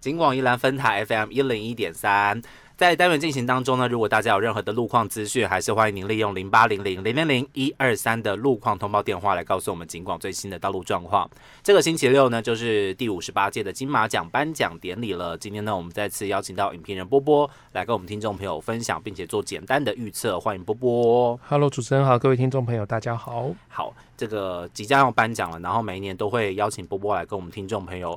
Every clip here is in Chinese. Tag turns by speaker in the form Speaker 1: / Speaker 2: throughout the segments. Speaker 1: 金广宜兰分台 FM 一零一点三。在单元进行当中呢，如果大家有任何的路况资讯，还是欢迎您利用零八零零零零零一二三的路况通报电话来告诉我们警广最新的道路状况。这个星期六呢，就是第五十八届的金马奖颁奖典礼了。今天呢，我们再次邀请到影评人波波来跟我们听众朋友分享，并且做简单的预测。欢迎波波。
Speaker 2: Hello，主持人好，各位听众朋友，大家好。
Speaker 1: 好，这个即将要颁奖了，然后每一年都会邀请波波来跟我们听众朋友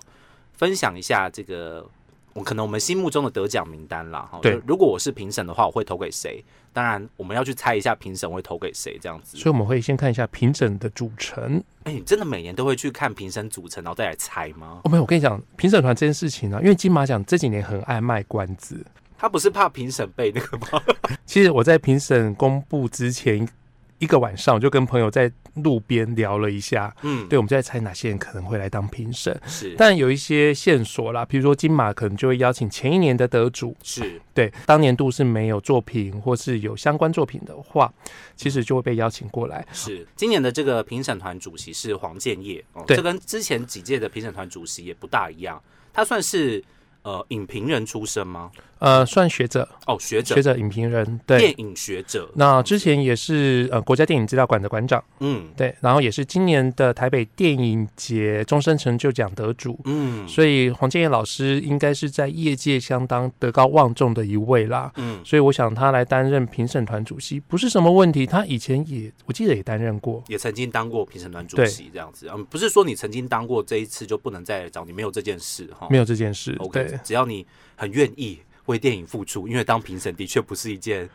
Speaker 1: 分享一下这个我可能我们心目中的得奖名单啦。哈，
Speaker 2: 对
Speaker 1: 就如果我是评审的话，我会投给谁？当然，我们要去猜一下评审会投给谁，这样子。
Speaker 2: 所以我们会先看一下评审的组成。
Speaker 1: 哎、你真的每年都会去看评审组成，然后再来猜吗？
Speaker 2: 哦，没有，我跟你讲，评审团这件事情啊，因为金马奖这几年很爱卖关子。
Speaker 1: 他不是怕评审被那个 吗？
Speaker 2: 其实我在评审公布之前一个晚上，我就跟朋友在路边聊了一下，
Speaker 1: 嗯，
Speaker 2: 对，我们就在猜哪些人可能会来当评审。
Speaker 1: 是，
Speaker 2: 但有一些线索啦，比如说金马可能就会邀请前一年的得主，
Speaker 1: 是
Speaker 2: 对，当年度是没有作品或是有相关作品的话，其实就会被邀请过来。
Speaker 1: 是。今年的这个评审团主席是黄建业，哦，
Speaker 2: 对
Speaker 1: 这跟之前几届的评审团主席也不大一样。他算是呃影评人出身吗？
Speaker 2: 呃，算学者，
Speaker 1: 哦，学者
Speaker 2: 学，者、影评人，对，
Speaker 1: 电影学者。
Speaker 2: 那之前也是呃国家电影资料馆的馆长，
Speaker 1: 嗯
Speaker 2: 对，然后也是今年的台北电影节终身成就奖得主，
Speaker 1: 嗯
Speaker 2: 所以黄建业老师应该是在业界相当德高望重的一位啦。
Speaker 1: 嗯，
Speaker 2: 所以我想他来担任评审团主席不是什么问题，他以前也我记得也担任过，
Speaker 1: 也曾经当过评审团主
Speaker 2: 对
Speaker 1: 席这样子。嗯，不是说你曾经当过，这一次就不能再找你，没有这件事哈。
Speaker 2: 没
Speaker 1: 有
Speaker 2: 有这件事。
Speaker 1: OK，
Speaker 2: 对，
Speaker 1: 只要你很愿意为电影付出，因为当评审的确不是一件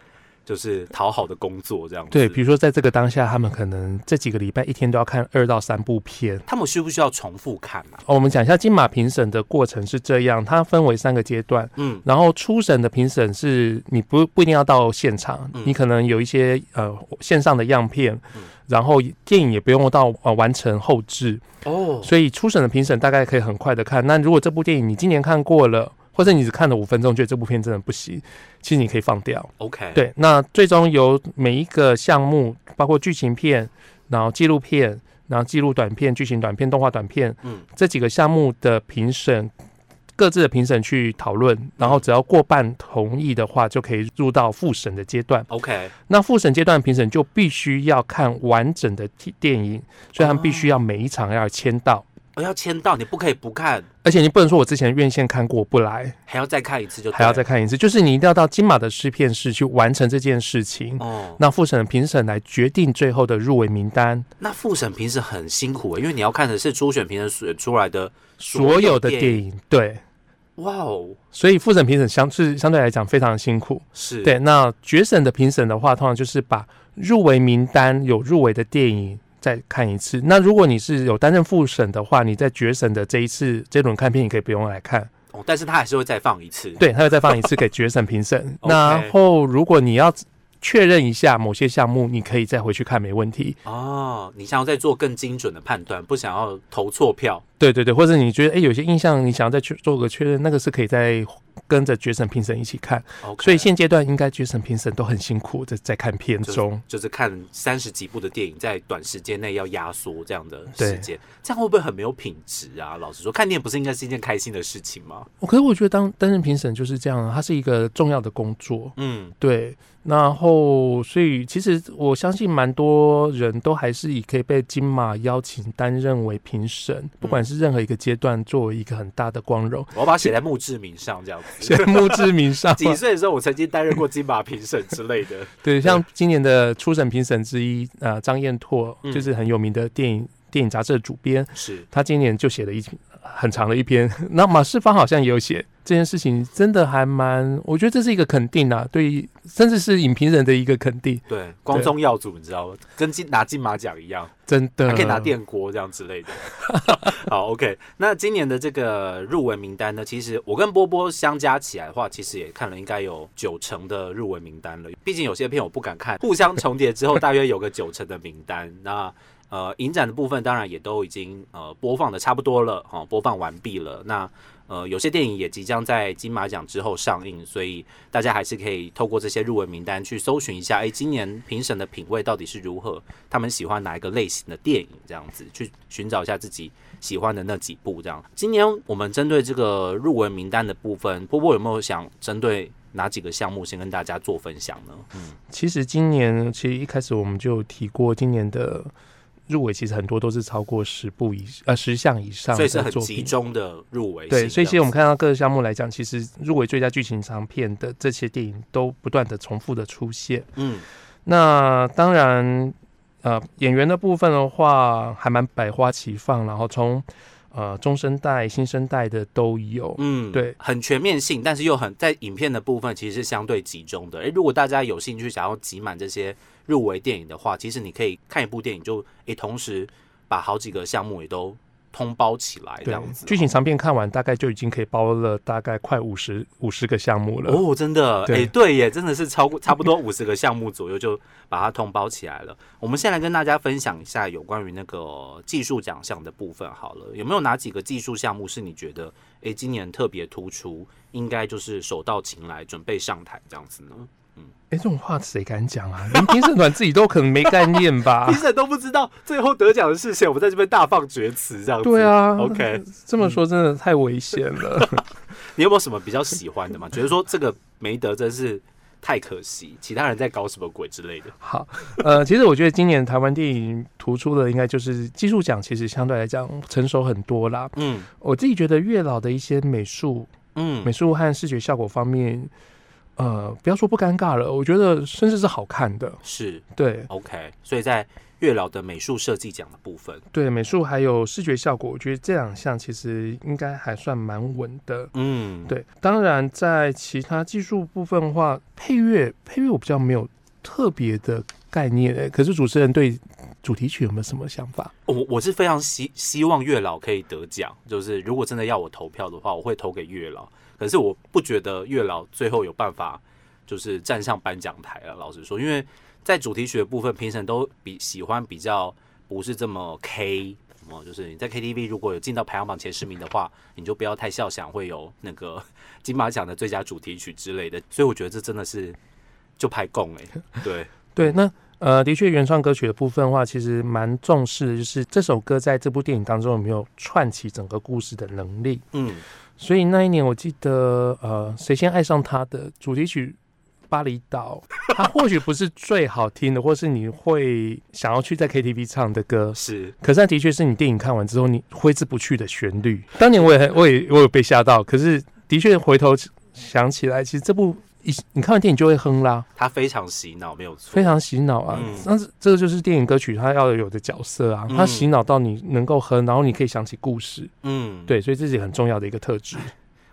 Speaker 1: 就是讨好的工作这样子。
Speaker 2: 对，比如说在这个当下，他们可能这几个礼拜一天都要看二到三部片。
Speaker 1: 他们需不需要重复看啊？
Speaker 2: 哦，我们讲一下金马评审的过程是这样，它分为三个阶段。
Speaker 1: 嗯
Speaker 2: 然后初审的评审是你不不一定要到现场，
Speaker 1: 嗯
Speaker 2: 你可能有一些呃线上的样片，
Speaker 1: 嗯
Speaker 2: 然后电影也不用到呃完成后置，
Speaker 1: 哦，
Speaker 2: 所以初审的评审大概可以很快的看。那如果这部电影你今年看过了，或者你只看了五分钟，觉得这部片真的不行，其实你可以放掉。
Speaker 1: OK，，
Speaker 2: 对，那最终由每一个项目，包括剧情片，然后纪录片，然后纪录短片、剧情短片、动画短片
Speaker 1: 嗯，
Speaker 2: 这几个项目的评审，各自的评审去讨论，然后只要过半同意的话，就可以入到复审的阶段。
Speaker 1: OK，
Speaker 2: 那复审阶段评审就必须要看完整的电电影，所以他们必须要每一场要签到，
Speaker 1: 我哦要签到，你不可以不看，
Speaker 2: 而且你不能说我之前院线看过不来，
Speaker 1: 还要再看一次就对
Speaker 2: 还要再看一次，就是你一定要到金马的试片室去完成这件事情。
Speaker 1: 哦。
Speaker 2: 那复审的评审来决定最后的入围名单，
Speaker 1: 那复审评审很辛苦、欸，因为你要看的是初选评审选出来的
Speaker 2: 所有的电
Speaker 1: 影。
Speaker 2: 影对，
Speaker 1: 哇哦，
Speaker 2: 所以复审评审相是相对来讲非常辛苦。
Speaker 1: 是
Speaker 2: 对，那决审的评审的话，通常就是把入围名单有入围的电影再看一次。那如果你是有担任复审的话，你在决审的这一次这轮看片，你可以不用来看，
Speaker 1: 哦，但是他还是会再放一次。，
Speaker 2: 对，他会再放一次给决审评审。
Speaker 1: OK
Speaker 2: 然后如果你要确认一下某些项目，你可以再回去看，没问题。
Speaker 1: 哦，你想要再做更精准的判断，不想要投错票。
Speaker 2: 对对对，或者你觉得哎、诶有些印象你想要再去做个确认，那个是可以再跟着决审评审一起看。
Speaker 1: OK，
Speaker 2: 所以现阶段应该决审评审都很辛苦的在看片中。
Speaker 1: 就是看三十几部的电影，在短时间内要压缩这样的时
Speaker 2: 对
Speaker 1: 间，这样会不会很没有品质啊？老实说，看电影不是应该是一件开心的事情吗？
Speaker 2: 我可是我觉得当担任评审就是这样、啊，它是一个重要的工作。
Speaker 1: 嗯，
Speaker 2: 对，然后所以其实我相信蛮多人都还是以可以被金马邀请担任为评审，不管是任何一个阶段，作为一个很大的光荣，
Speaker 1: 我要把它写在墓志铭上这样
Speaker 2: 所
Speaker 1: 子。
Speaker 2: 以墓志 铭上啊
Speaker 1: 几岁的时候，我曾经担任过金马评审之类 的。
Speaker 2: 对，像今年的初审评审之一，呃，张彦拓
Speaker 1: 嗯
Speaker 2: 就是很有名的电影电影杂志的主编，
Speaker 1: 是，
Speaker 2: 他今年就写了一很长的一篇。 那马世芳好像也有写这件事情，真的还蛮，我觉得这是一个肯定啊，对于，甚至是影评人的一个肯定，
Speaker 1: 对，光宗耀祖，你知道吗？跟金拿金马奖一样。
Speaker 2: 真的。
Speaker 1: 还可以拿电锅这样之类的。 好，OK。那今年的这个入围名单呢，其实我跟波波相加起来的话，其实也看了应该有九成的入围名单了。毕竟有些片我不敢看，互相重叠之后，大约有个九成的名单。那呃，影展的部分当然也都已经呃播放的差不多了，哈、播放完毕了。那呃，有些电影也即将在金马奖之后上映，所以大家还是可以透过这些入围名单去搜寻一下，哎，今年评审的品味到底是如何，他们喜欢哪一个类型的电影，这样子去寻找一下自己喜欢的那几部。这样，今年我们针对这个入围名单的部分，波波有没有想针对哪几个项目先跟大家做分享呢？
Speaker 2: 其实今年其实一开始我们就有提过，今年的入围其实很多都是超过十部以呃十项以上
Speaker 1: 所
Speaker 2: 的
Speaker 1: 以是很
Speaker 2: 作
Speaker 1: 集
Speaker 2: 品。
Speaker 1: 中的入围性这样子。
Speaker 2: 对，所以其实我们看到各个项目来讲，其实入围最佳剧情长片的这些电影都不断的重复的出现。
Speaker 1: 嗯，
Speaker 2: 那当然，呃，演员的部分的话，还蛮百花齐放，然后从呃中生代、新生代的都有。
Speaker 1: 嗯，
Speaker 2: 对，
Speaker 1: 很全面性，但是又很在影片的部分其实是相对集中的。诶，如果大家有兴趣想要集满这些入围电影的话，其实你可以看一部电影就诶，同时把好几个项目也都通包起来这
Speaker 2: 对
Speaker 1: 样，子。
Speaker 2: 剧情长片看完大概就已经可以包了大概快五十五十个项目了。
Speaker 1: 哦，真的，
Speaker 2: 对
Speaker 1: 诶，对耶，真的是超过差不多五十个项目左右就把它通包起来了。我们先来跟大家分享一下有关于那个技术奖项的部分好了，有没有哪几个技术项目是你觉得诶，今年特别突出，应该就是手到擒来，准备上台这样子 呢？
Speaker 2: 哎，这种话谁敢讲啊？ 连评审团自己都可能没概 念吧
Speaker 1: 评？审都不知道最后得奖的是谁，我们在这边大放厥词这样子。
Speaker 2: 对啊
Speaker 1: ，OK，嗯
Speaker 2: 这么说真的太危险了。
Speaker 1: 你有没有什么比较喜欢的吗？觉得说这个没得真是太可惜，其他人在搞什么鬼之类的。
Speaker 2: 好，呃，其实我觉得今年台湾电影突出的应该就是技术奖，其实相对来讲成熟很多啦。
Speaker 1: 嗯
Speaker 2: 我自己觉得月老的一些美术、美
Speaker 1: 嗯，
Speaker 2: 术和视觉效果方面，呃，不要说不尴尬了，我觉得甚至是好看的。
Speaker 1: 是
Speaker 2: 对
Speaker 1: OK。所以在月老的美术设计奖的部分，
Speaker 2: 对，美术还有视觉效果，我觉得这两项其实应该还算蛮稳的。
Speaker 1: 嗯，
Speaker 2: 对，当然在其他技术部分的话，配乐配乐我比较没有特别的概念、欸。可是主持人对主题曲有没有什么想法？
Speaker 1: 我我是非常希希望月老可以得奖，就是如果真的要我投票的话，我会投给月老。可是我不觉得月老最后有办法就是站上颁奖台了。老实说，因为在主题曲的部分，评审都比喜欢比较不是这么 K，什么就是你在 KTV 如果有进到排行榜前十名的话，你就不要太笑，想会有那个 金马奖的最佳主题曲之类的。所以我觉得这真的是就拍供哎、对，
Speaker 2: 对，那呃，的确，原创歌曲的部分的话，其实蛮重视的，就是这首歌在这部电影当中有没有串起整个故事的能力。
Speaker 1: 嗯，
Speaker 2: 所以那一年，我记得呃，《谁先爱上他》的主题曲《巴厘岛》， 它或许不是最好听的，或是你会想要去在 KTV 唱的歌。
Speaker 1: 是。
Speaker 2: 可是，它的确是你电影看完之后你挥之不去的旋律。当年我也我也我有被吓到，可是的确回头想起来，其实这部一你看完电影就会哼啦。
Speaker 1: 他非常洗脑，没有错，
Speaker 2: 非常洗脑啊
Speaker 1: 嗯！
Speaker 2: 但是这个就是电影歌曲它要有的角色啊，
Speaker 1: 嗯
Speaker 2: 它洗脑到你能够哼，然后你可以想起故事，
Speaker 1: 嗯，
Speaker 2: 对，所以这是很重要的一个特质。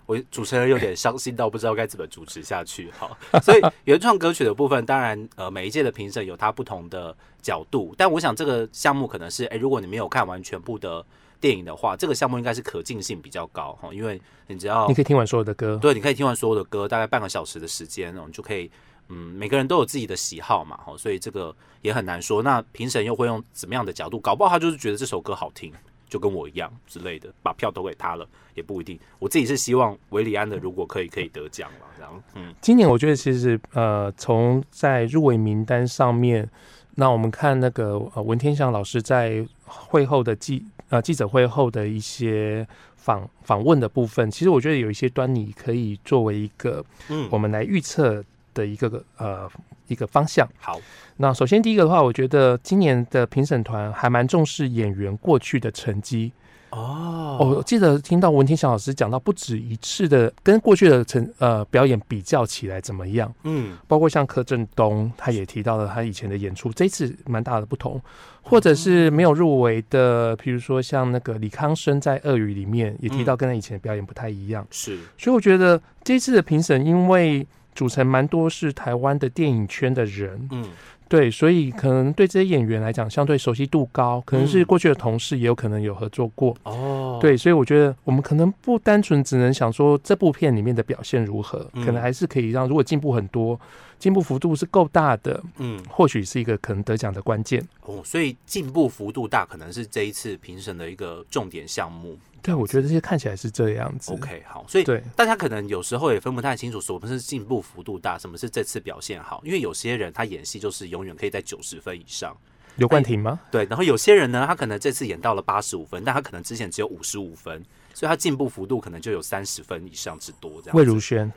Speaker 1: 我主持人有点伤心到不知道该怎么主持下去。 好，所以原创歌曲的部分，当然呃，每一届的评审有他不同的角度，但我想这个项目可能是，诶，如果你没有看完全部的电影的话，这个项目应该是可进性比较高哈，因为你只要
Speaker 2: 你可以听完所有的歌，
Speaker 1: 对，你可以听完所有的歌，大概半个小时的时间，哦，你就可以，嗯，每个人都有自己的喜好嘛，哦哈，所以这个也很难说。那评审又会用怎么样的角度？搞不好他就是觉得这首歌好听，就跟我一样之类的，把票投给他了也不一定。我自己是希望维里安的如果可以可以得奖了，这样，嗯
Speaker 2: 今年我觉得其实呃，从在入围名单上面，那我们看那个呃文天祥老师在会后的记呃记者会后的一些访访问的部分，其实我觉得有一些端倪可以作为一个我
Speaker 1: 嗯，
Speaker 2: 们来预测的一个呃一个方向。
Speaker 1: 好，
Speaker 2: 那首先第一个的话，我觉得今年的评审团还蛮重视演员过去的成绩。
Speaker 1: 哦
Speaker 2: 哦，我记得听到文天祥老师讲到不止一次的跟过去的成呃表演比较起来怎么样，
Speaker 1: 嗯，
Speaker 2: 包括像柯震东，他也提到了他以前的演出，这次蛮大的不同，或者是没有入围的，譬如说像那个李康生在《鳄鱼》里面也提到跟他以前的表演不太一样，
Speaker 1: 是，
Speaker 2: 所以我觉得这次的评审因为组成蛮多是台湾的电影圈的人，
Speaker 1: 嗯
Speaker 2: 对，所以可能对这些演员来讲，相对熟悉度高，可能
Speaker 1: 嗯
Speaker 2: 是过去的同事，也有可能有合作过。
Speaker 1: 哦，，
Speaker 2: 对，所以我觉得我们可能不单纯只能想说这部片里面的表现如何，
Speaker 1: 嗯
Speaker 2: 可能还是可以让如果进步很多，进步幅度是够大的，
Speaker 1: 嗯，
Speaker 2: 或许是一个可能得奖的关键。
Speaker 1: 哦，所以进步幅度大，可能是这一次评审的一个重点项目。
Speaker 2: 对，我觉得这些看起来是这样子。
Speaker 1: OK，好，所以
Speaker 2: 对，
Speaker 1: 大家可能有时候也分不太清楚，什么是进步幅度大，什么是这次表现好。因为有些人他演戏就是永远可以在九十分以上，
Speaker 2: 刘
Speaker 1: 哎
Speaker 2: 冠廷吗？
Speaker 1: 对。然后有些人呢，他可能这次演到了八十五分，但他可能之前只有五十五分，所以他进步幅度可能就有三十分以上之多。这样，
Speaker 2: 魏如萱，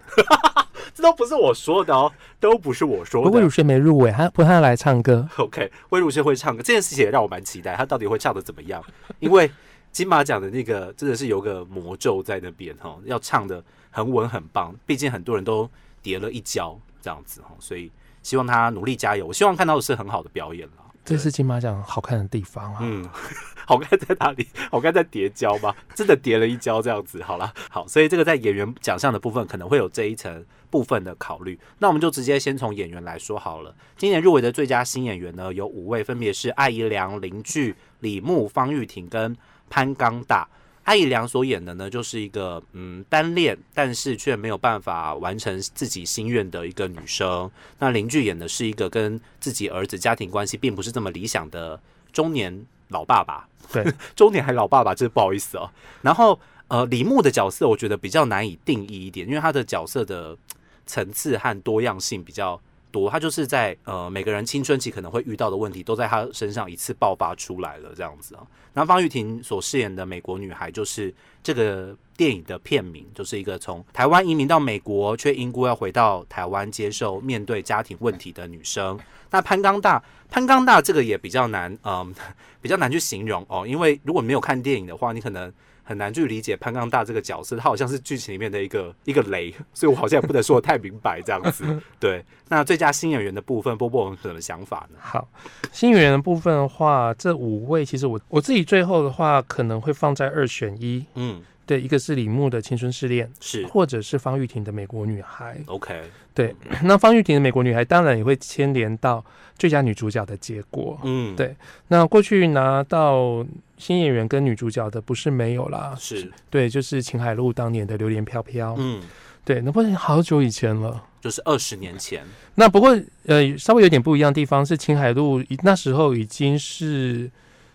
Speaker 1: 这都不是我说的哦，都不是我
Speaker 2: 不
Speaker 1: 说
Speaker 2: 过魏
Speaker 1: 的哦
Speaker 2: 如。萱没入围，她不过她来唱歌。
Speaker 1: OK，魏如萱会唱歌这件事情也让我蛮期待，她到底会唱的怎么样？因为金马奖的那个真的是有个魔咒在那边哦，要唱的很稳很棒，毕竟很多人都跌了一跤这样子哦，所以希望她努力加油。我希望看到的是很好的表演啦。
Speaker 2: 这是金马奖好看的地方啊！
Speaker 1: 嗯， 好看在哪里？好看在叠跤吗？ 真的叠了一跤这样子，好啦，好，所以这个在演员奖项的部分可能会有这一层部分的考虑。那我们就直接先从演员来说好了。今年入围的最佳新演员呢，有五位，分别是艾怡良、林剧、李牧、方玉婷跟潘刚大。艾怡良所演的呢，就是一个嗯单恋，但是却没有办法完成自己心愿的一个女生。那林剧演的是一个跟自己儿子家庭关系并不是这么理想的中年老爸爸，
Speaker 2: 对，
Speaker 1: 中年还老爸爸，真不好意思哦。然后呃，李牧的角色我觉得比较难以定义一点，因为他的角色的层次和多样性比较多，他就是在呃每个人青春期可能会遇到的问题都在他身上一次爆发出来了这样子啊、哦。那方玉婷所饰演的美国女孩就是这个电影的片名，就是一个从台湾移民到美国，却因故要回到台湾接受面对家庭问题的女生。那潘刚大，潘刚大这个也比较难，嗯， 比较难去形容哦，因为如果没有看电影的话，你可能很难去理解潘刚大这个角色，他好像是剧情里面的一个一个雷， 所以我好像也不能说的太明白这样 子。对，那最佳新演员的部分，波波我们有什么想法呢？
Speaker 2: 好，新演员的部分的话，这五位其实我我自己最后的话可能会放在二选一，
Speaker 1: 嗯，
Speaker 2: 对，一个是李牧的《青春试恋》，
Speaker 1: 是
Speaker 2: 或者是方玉婷的《美国女孩》。
Speaker 1: OK，
Speaker 2: 对，那方玉婷的《美国女孩》当然也会牵连到最佳女主角的结果。
Speaker 1: 嗯，
Speaker 2: 对那过去拿到新演员跟女主角的不是没有啦，
Speaker 1: 是，
Speaker 2: 对，就是秦海璐当年的《榴莲飘飘》。
Speaker 1: 嗯，
Speaker 2: 对，那不是好久以前了。
Speaker 1: 就是二十年前，
Speaker 2: 那不过呃，稍微有点不一样的地方是，秦海璐已那时候已经是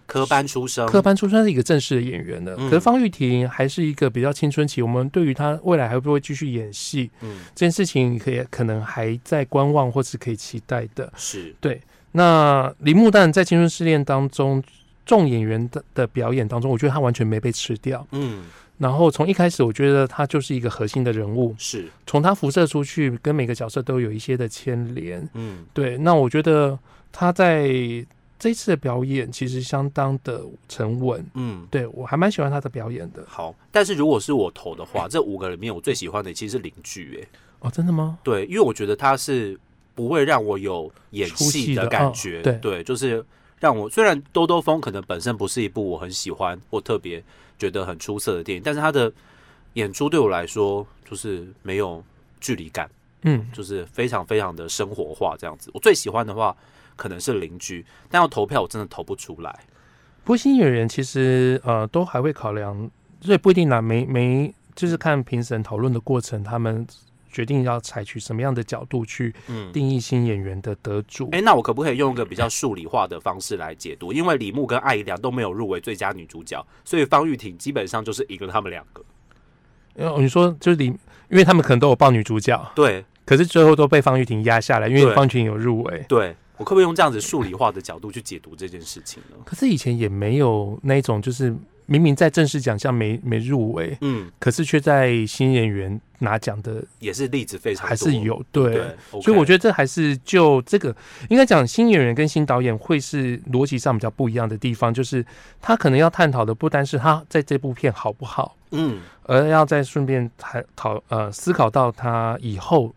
Speaker 1: 科班出身，
Speaker 2: 科班出身是一个正式的演员了，
Speaker 1: 嗯
Speaker 2: 可是方玉婷还是一个比较青春期，我们对于她未来还会不会继续演戏
Speaker 1: 嗯，
Speaker 2: 这件事情，可以可能还在观望或是可以期待的。
Speaker 1: 是，
Speaker 2: 那李木蛋在《青春试恋》当中，众演员的的表演当中，我觉得他完全没被吃掉。
Speaker 1: 嗯，
Speaker 2: 然后从一开始，我觉得他就是一个核心的人物，
Speaker 1: 是，
Speaker 2: 从他辐射出去，跟每个角色都有一些的牵连。
Speaker 1: 嗯，
Speaker 2: 对，那我觉得他在这次的表演其实相当的沉稳。
Speaker 1: 嗯。
Speaker 2: 对我还蛮喜欢他的表演的
Speaker 1: 好，但是如果是我投的话，这五个里面我最喜欢的其实是邻居、欸，
Speaker 2: 哦，真的吗？
Speaker 1: 对，因为我觉得他是不会让我有演
Speaker 2: 出戏
Speaker 1: 戏
Speaker 2: 的
Speaker 1: 感
Speaker 2: 嗯
Speaker 1: 觉，
Speaker 2: 对
Speaker 1: 就是让我虽然《兜兜风》可能本身不是一部我很喜欢或特别觉得很出色的电影，但是他的演出对我来说就是没有距离感，
Speaker 2: 嗯，
Speaker 1: 就是非常非常的生活化这样子。我最喜欢的话可能是邻居，但要投票我真的投不出来。
Speaker 2: 不过新演员其实呃都还会考量，所以不一定啦，没没就是看评审讨论的过程，他们决定要采取什么样的角度去
Speaker 1: 嗯，
Speaker 2: 定义新演员的得主。
Speaker 1: 哎、那我可不可以用一个比较数理化的方式来解读？因为李牧跟艾怡良都没有入围最佳女主角，所以方玉婷基本上就是赢了他们两个。
Speaker 2: 呃，你说就是李，因为他们可能都有报女主角，
Speaker 1: 对，
Speaker 2: 可是最后都被方玉婷压下来，因为
Speaker 1: 对
Speaker 2: 方玉婷有入围。
Speaker 1: 对我可不可以用这样子数理化的角度去解读这件事情呢？
Speaker 2: 可是以前也没有那种就是明明在正式奖项没没入围，
Speaker 1: 嗯，
Speaker 2: 可是却在新演员拿奖的
Speaker 1: 也是例子非常多
Speaker 2: 还是有对。
Speaker 1: 对，
Speaker 2: 所以我觉
Speaker 1: 得
Speaker 2: 得这还是就这个，应该讲新演员跟新导演会是逻辑上比较不一样的地方，就是他可能要探讨的不单是他在这部片好不好，
Speaker 1: 嗯
Speaker 2: 而要再顺便探讨呃思考到他以后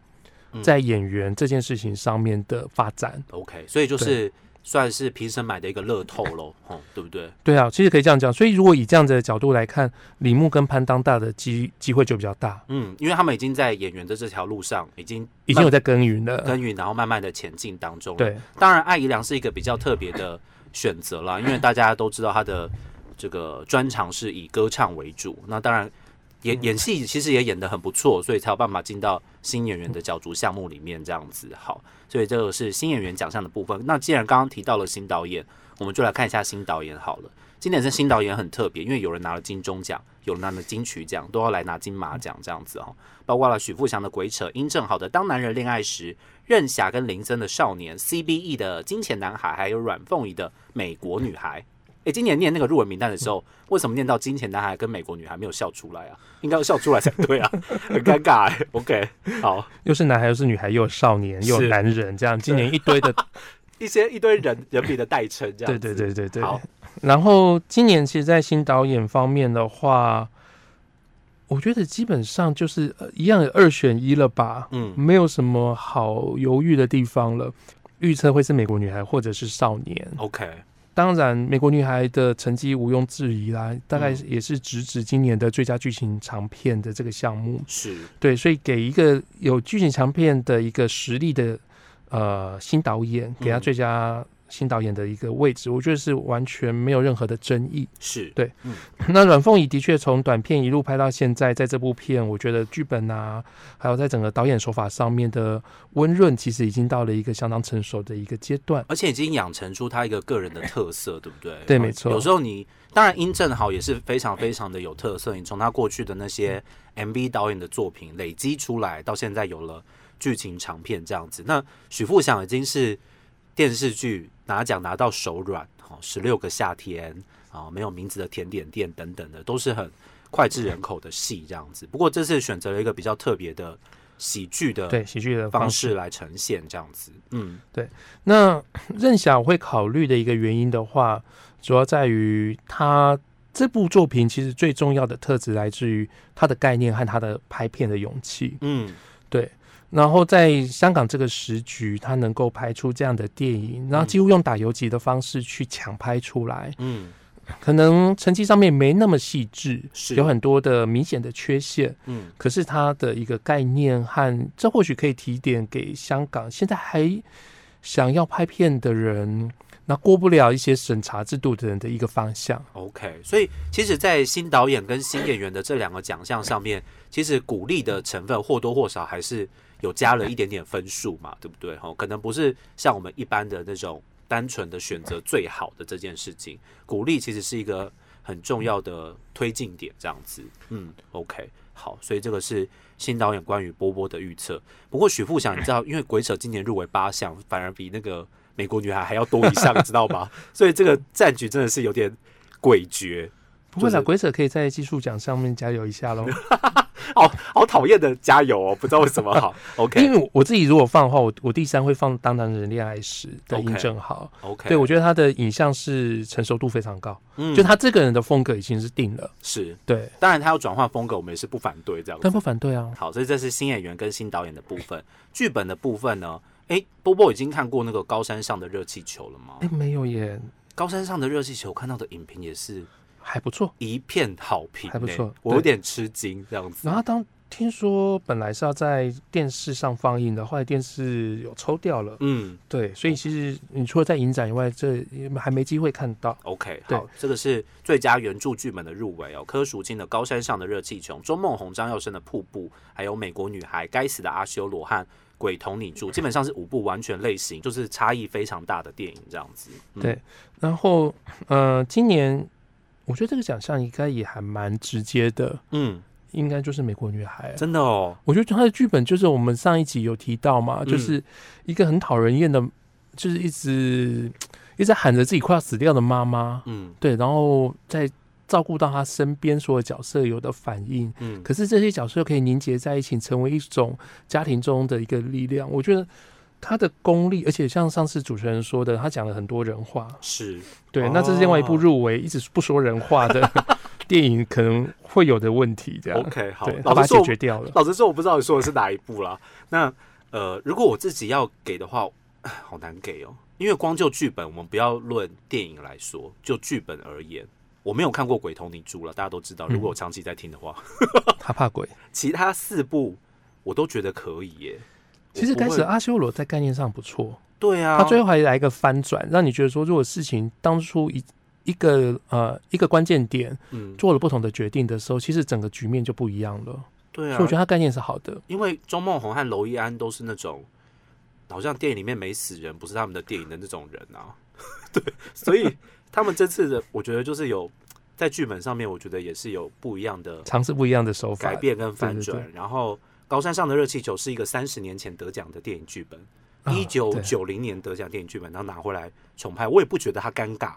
Speaker 1: 嗯
Speaker 2: 在演员这件事情上面的发展。
Speaker 1: OK，所以就是算是评审买的一个乐透喽，哦，对不对？
Speaker 2: 对啊，其实可以这样讲。所以如果以这样子的角度来看，李牧跟潘当大的机机会就比较大，
Speaker 1: 嗯，因为他们已经在演员的这条路上已经
Speaker 2: 已经有在耕耘了。
Speaker 1: 耕耘，然后慢慢的前进当中。，
Speaker 2: 对，
Speaker 1: 当然艾怡良是一个比较特别的选择啦，因为大家都知道他的这个专长是以歌唱为主，那当然。演演戏其实也演得很不错，所以才有办法进到新演员的角逐项目里面这样子。好，所以这个是新演员奖项的部分。那既然刚刚提到了新导演，我们就来看一下新导演好了。今年是新导演很特别，因为有人拿了金钟奖，有人拿了金曲奖，都要来拿金马奖这样子哦。包括了许富祥的《鬼扯》，殷正好的《当男人恋爱时》，任霞跟林森的《少年》，CBE 的《金钱男孩》，还有阮凤仪的《美国女孩》。诶，今年念那个入围名单的时 候，为什么念到《金钱男孩》跟《美国女孩》没有笑出来啊？应该要笑出来才对 啊，很尴尬、欸。OK，好，
Speaker 2: 又是男孩又是女孩，又有少年又有
Speaker 1: 是
Speaker 2: 男人，这样今年一 堆的，
Speaker 1: 一些一堆人人名的代称这样子。
Speaker 2: 对对对对对。
Speaker 1: 好，
Speaker 2: 然后今年其实，在新导演方面的话，我觉得基本上就是呃一样有二选一了吧，
Speaker 1: 嗯，
Speaker 2: 没有什么好犹豫的地方了。预测会是美国女孩或者是少年，
Speaker 1: OK，
Speaker 2: 当然美国女孩的成绩毋庸置疑啦，大概也是直指今年的最佳剧情长片的这个项目。
Speaker 1: 是
Speaker 2: 对，所以给一个有剧情长片的一个实力的呃新导演，给他
Speaker 1: 嗯
Speaker 2: 最佳新导演的一个位置，我觉得是完全没有任何的争议。
Speaker 1: 是，
Speaker 2: 对那阮凤仪的确从短片一路拍到现在，在这部片，我觉得剧本啊，还有在整个导演手法上面的温润，其实已经到了一个相当成熟的一个阶段。
Speaker 1: 而且已经养成出他一个个人的特色，对不对？
Speaker 2: 对没错
Speaker 1: 有时候你当然殷正好也是非常非常的有特色，你从他过去的那些
Speaker 2: 嗯
Speaker 1: MV 导演的作品累积出来，到现在有了剧情长片这样子。那许富祥已经是电视剧拿奖拿到手软，哦，十六个夏天啊、没有名字的甜点店等等的，都是很脍炙人口的戏这样子。不过这次选择了一个比较特别的喜剧的
Speaker 2: 对喜剧的
Speaker 1: 方
Speaker 2: 方式，
Speaker 1: 式来呈现这样子，嗯。
Speaker 2: 那 任侠我会考虑的一个原因的话，主要在于他这部作品其实最重要的特质来自于他的概念和他的拍片的勇气。
Speaker 1: 嗯
Speaker 2: 然后在香港这个时局，他能够拍出这样的电影，然后几乎用打游击的方式去强拍出来，
Speaker 1: 嗯
Speaker 2: 可能成绩上面没那么细致，
Speaker 1: 是
Speaker 2: 有很多的明显的缺陷。
Speaker 1: 嗯
Speaker 2: 可是他的一个概念和这或许可以提点给香港现在还想要拍片的人，那过不了一些审查制度的人的一个方向。
Speaker 1: ，OK。所以其实，在新导演跟新演员的这两个奖项上面，其实鼓励的成分或多或少还是有加了一点点分数嘛，对不对？哦，可能不是像我们一般的那种单纯的选择最好的这件事情，鼓励其实是一个很重要的推进点，这样子。嗯，OK。好，所以这个是新导演关于波波的预测。不过许富祥，你知道，因为鬼扯今年入围八项，反而比那个美国女孩还要多一项，你知道吗？所以这个战局真的是有点诡谲，
Speaker 2: 不过
Speaker 1: 就
Speaker 2: 老
Speaker 1: 是
Speaker 2: 鬼者可以在技术奖上面加油一下 喽。
Speaker 1: 好哦好讨厌的加油哦，不知道为什么好。
Speaker 2: 因
Speaker 1: OK
Speaker 2: 为我我自己如果放的话，我我第三会放《当男人恋爱时》的殷
Speaker 1: OK
Speaker 2: 正豪。
Speaker 1: OK，
Speaker 2: 对，我觉得他的影像是成熟度非常高，
Speaker 1: 嗯
Speaker 2: 就他这个人的风格已经是定了。
Speaker 1: 是，
Speaker 2: 对，
Speaker 1: 当然他要转换风格，我们也是不反对这样子。
Speaker 2: 但不反对啊。
Speaker 1: 好，所以这是新演员跟新导演的部分，剧本的部分呢？诶，波波已经看过那个《高山上的热气球》了吗？
Speaker 2: 哎，没有耶，
Speaker 1: 高山上的热气球》看到的影评也是
Speaker 2: 还不错。
Speaker 1: 一片好评、
Speaker 2: 还不
Speaker 1: 诶
Speaker 2: 错
Speaker 1: 我有
Speaker 2: 对
Speaker 1: 点吃惊这样子。
Speaker 2: 然后当听说本来是要在电视上放映的，后来电视有抽掉了。
Speaker 1: 嗯
Speaker 2: 对，所以其实你除了在影展以外，这也还没机会看到。
Speaker 1: ，OK，
Speaker 2: 对
Speaker 1: 好，这个是最佳原著剧本的入围哦，柯淑清的《高山上的热气球》，周梦红、张耀升的《瀑布》，还有《美国女孩》、《该死的阿修罗》和《鬼童你
Speaker 2: 嗯
Speaker 1: 住》，基本上是五部完全类型，就是差异非常大的电影这样子。嗯
Speaker 2: 对然后，呃，今年我觉得这个奖项应该也还蛮直接的，
Speaker 1: 嗯，
Speaker 2: 应该就是《美国女孩》。啊
Speaker 1: 真的哦，
Speaker 2: 我觉得他的剧本就是我们上一集有提到嘛，
Speaker 1: 嗯
Speaker 2: 就是一个很讨人厌的，就是一直一直喊着自己快要死掉的妈妈，
Speaker 1: 嗯
Speaker 2: 对，然后再照顾到她身边所有角色有的反应。
Speaker 1: 嗯，
Speaker 2: 可是这些角色又可以凝结在一起，成为一种家庭中的一个力量。我觉得他的功力，而且像上次主持人说的，他讲了很多人话。
Speaker 1: 是
Speaker 2: 对，那这是另外一部
Speaker 1: 哦
Speaker 2: 入围一直不说人话的 电影可能会有的问题，这样。
Speaker 1: OK，好
Speaker 2: 对，，他
Speaker 1: 老
Speaker 2: 把它
Speaker 1: 实说
Speaker 2: 解
Speaker 1: 我
Speaker 2: 决掉 了。
Speaker 1: 老实说，我不知道你说的是哪一部啦。那呃，如果我自己要给的话，唉好难给哦，因为光就剧本，我们不要论电影来说，就剧本而言，我没有看过《鬼童你猪》了，大家都知道。
Speaker 2: 嗯
Speaker 1: 如果我长期在听的话，
Speaker 2: 他怕鬼。
Speaker 1: 其他四部我都觉得可以耶。
Speaker 2: 其实
Speaker 1: 我不
Speaker 2: 开
Speaker 1: 会
Speaker 2: 始阿修罗在概念上不错，
Speaker 1: 对啊，
Speaker 2: 他最后还来一个翻转，让你觉得说，如果事情当初一一个呃一个关键点
Speaker 1: 嗯，
Speaker 2: 做了不同的决定的时候，其实整个局面就不一样了。
Speaker 1: 对
Speaker 2: 所
Speaker 1: 啊
Speaker 2: 以我，觉得他概念是好的。
Speaker 1: 因为周梦红和娄艺安都是那种好像电影里面没死人，不是他们的电影的那种人啊。对，所以他们这次的，我觉得就是有在剧本上面，我觉得也是有不一样的
Speaker 2: 尝试不一样的手法
Speaker 1: 改，变跟翻
Speaker 2: 对
Speaker 1: 转。
Speaker 2: 对
Speaker 1: 然后，《高山上的热气球》是一个三十年前得奖的电影剧本，
Speaker 2: 啊
Speaker 1: 一九
Speaker 2: 对
Speaker 1: 九零年得奖电影剧本，然后拿回来重拍，我也不觉得它尴尬。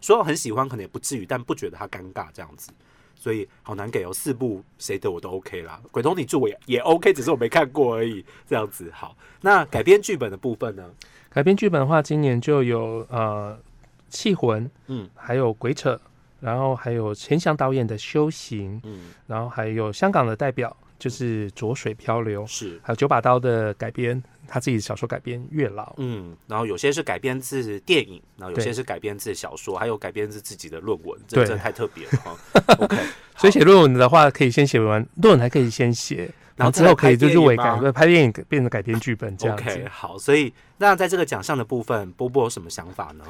Speaker 1: 说到很喜欢，可能也不至于，但不觉得它尴尬这样子。所以好难给哦，四部谁得我都 OK 啦，《鬼童你住》我也也 OK，只是我没看过而已。这样子好，那改编剧本的部分呢？
Speaker 2: 改编剧本的话，今年就有呃《气魂》，
Speaker 1: 嗯
Speaker 2: 还有《鬼扯》，然后还有钱翔导演的《修行》，
Speaker 1: 嗯，
Speaker 2: 然后还有香港的代表就是《浊水漂流》，
Speaker 1: 是
Speaker 2: 还有九把刀的改编，他自己小说改编《月老》。
Speaker 1: 嗯，然后有些是改编自电影，然后有
Speaker 2: 对
Speaker 1: 些是改编自小说，还有改编自自己的论文，这
Speaker 2: 对
Speaker 1: 这太特别了 哈。OK，
Speaker 2: 所以写论文的话，可以先写完论文，还可以先写，
Speaker 1: 然后
Speaker 2: 然后
Speaker 1: 再
Speaker 2: 之后可以就入围
Speaker 1: 拍电
Speaker 2: 改
Speaker 1: 影
Speaker 2: 呃
Speaker 1: 吗
Speaker 2: 拍电影变成改编剧本这样子。
Speaker 1: OK，好，所以那在这个奖项的部分，波波有什么想法呢？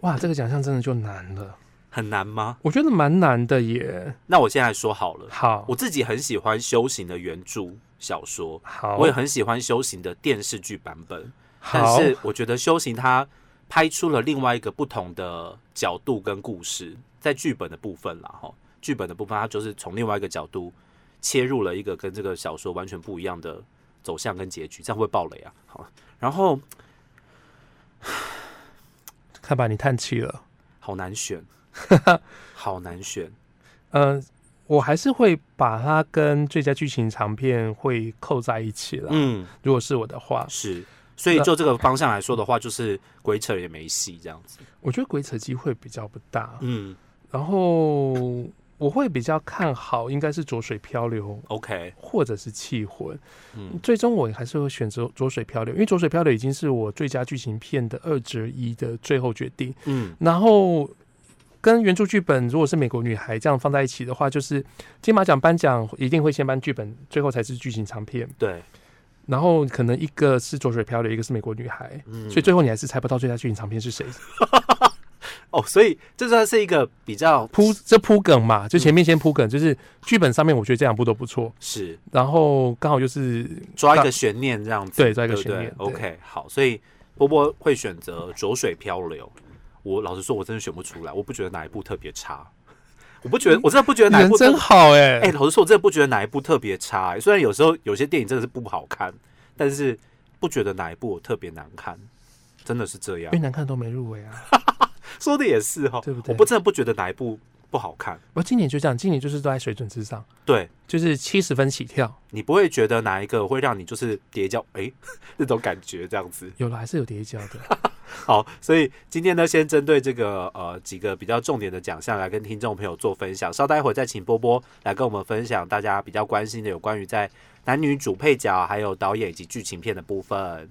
Speaker 2: 哇，这个奖项真的就难了，
Speaker 1: 很难吗？
Speaker 2: 我觉得蛮难的耶。
Speaker 1: 那我现在说好了，
Speaker 2: 好，
Speaker 1: 我自己很喜欢《修行》的原著小说，
Speaker 2: 好，
Speaker 1: 我也很喜欢《修行》的电视剧版本，但
Speaker 2: 好，
Speaker 1: 是我觉得《修行》它拍出了另外一个不同的角度跟故事，在剧本的部分啦，哈，剧本的部分它就是从另外一个角度切入了一个跟这个小说完全不一样的走向跟结局，这样会爆雷啊。好，然后
Speaker 2: 看吧，你叹气了。
Speaker 1: 好难 选，好难选。
Speaker 2: 嗯、我还是会把它跟最佳剧情长片会扣在一起了。
Speaker 1: 嗯，
Speaker 2: 如果是我的话，
Speaker 1: 是。所以就这个方向来说的话，就是鬼扯也没戏这样子。
Speaker 2: 我觉得鬼扯机会比较不大，
Speaker 1: 嗯
Speaker 2: 然后我会比较看好应该是浊水漂流。
Speaker 1: ，OK，
Speaker 2: 或者是气魂，
Speaker 1: 嗯
Speaker 2: 最终我还是会选择《浊水漂流》，因为《浊水漂流》已经是我最佳剧情片的二择一的最后决定。
Speaker 1: 嗯
Speaker 2: 然后跟原著剧本如果是《美国女孩》这样放在一起的话，就是金马奖颁奖一定会先颁剧本，最后才是剧情长片。
Speaker 1: 对，
Speaker 2: 然后可能一个是《浊水漂流》，一个是《美国女孩》，
Speaker 1: 嗯，
Speaker 2: 所以最后你还是猜不到最佳剧情长片是谁。
Speaker 1: 哦，所以这算是一个比较
Speaker 2: 铺这铺梗嘛，就前面先铺梗，就是剧本上面我觉得这两部都不错，
Speaker 1: 是
Speaker 2: 然后刚好就是
Speaker 1: 抓一个悬念这样子，
Speaker 2: 对抓一个
Speaker 1: 对不对
Speaker 2: 悬念对
Speaker 1: OK，好，所以波波会选择浊水漂流。我老实说，我真的选不出来，我不觉得哪一部特别差，我不觉得，我真的不觉得哪一
Speaker 2: 人
Speaker 1: 部特
Speaker 2: 真好哎、
Speaker 1: 哎、老实说，我真的不觉得哪一部特别差、哎虽然有时候有些电影真的是不好看，但是不觉得哪一部我特别难看，真的是这样
Speaker 2: 越。南看都没入围啊。
Speaker 1: 说的也是哈，
Speaker 2: 对不对
Speaker 1: 我不真的不觉得哪一部不好看，
Speaker 2: 我今年就这样，今年就是都在水准之上，
Speaker 1: 对
Speaker 2: 就是七十分起跳，
Speaker 1: 你不会觉得哪一个会让你就是跌跤哎、 那种感觉这样子。
Speaker 2: 有了还是有叠加的。
Speaker 1: 好，所以今天呢，先针对这个呃几个比较重点的奖项来跟听众朋友做分享，稍待会儿再请波波来跟我们分享大家比较关心的有关于在男女主配角、还有导演以及剧情片的部分。